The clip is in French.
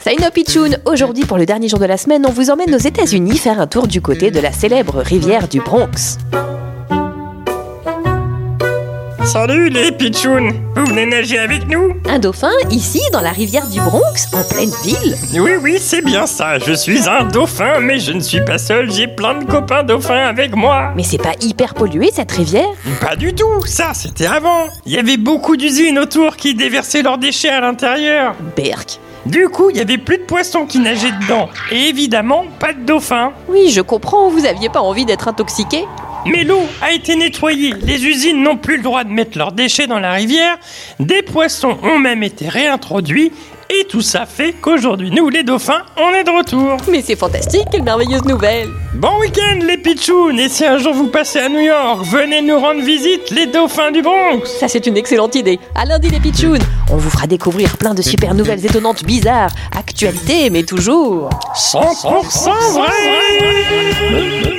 Salut nos pitchouns Aujourd'hui, pour le dernier jour de la semaine, on vous emmène aux États-Unis faire un tour du côté de la célèbre rivière du Bronx. Salut les pitchouns Vous venez nager avec nous Un dauphin, ici, dans la rivière du Bronx, en pleine ville Oui, oui, c'est bien ça. Je suis un dauphin, mais je ne suis pas seul. J'ai plein de copains dauphins avec moi. Mais c'est pas hyper pollué cette rivière Pas du tout. Ça, c'était avant. Il y avait beaucoup d'usines autour qui déversaient leurs déchets à l'intérieur. Berk Du coup, il y avait plus de poissons qui nageaient dedans. Et évidemment, pas de dauphins. Oui, je comprends, vous aviez pas envie d'être intoxiqué Mais l'eau a été nettoyée. Les usines n'ont plus le droit de mettre leurs déchets dans la rivière. Des poissons ont même été réintroduits. Et tout ça fait qu'aujourd'hui, nous, les dauphins, on est de retour. Mais c'est fantastique, quelle merveilleuse nouvelle Bon week-end les pitchouns Et si un jour vous passez à New York, venez nous rendre visite, les dauphins du Bronx Ça, c'est une excellente idée. À lundi, les pitchouns On vous fera découvrir plein de super nouvelles étonnantes, bizarres, actualités, mais toujours 100% vrai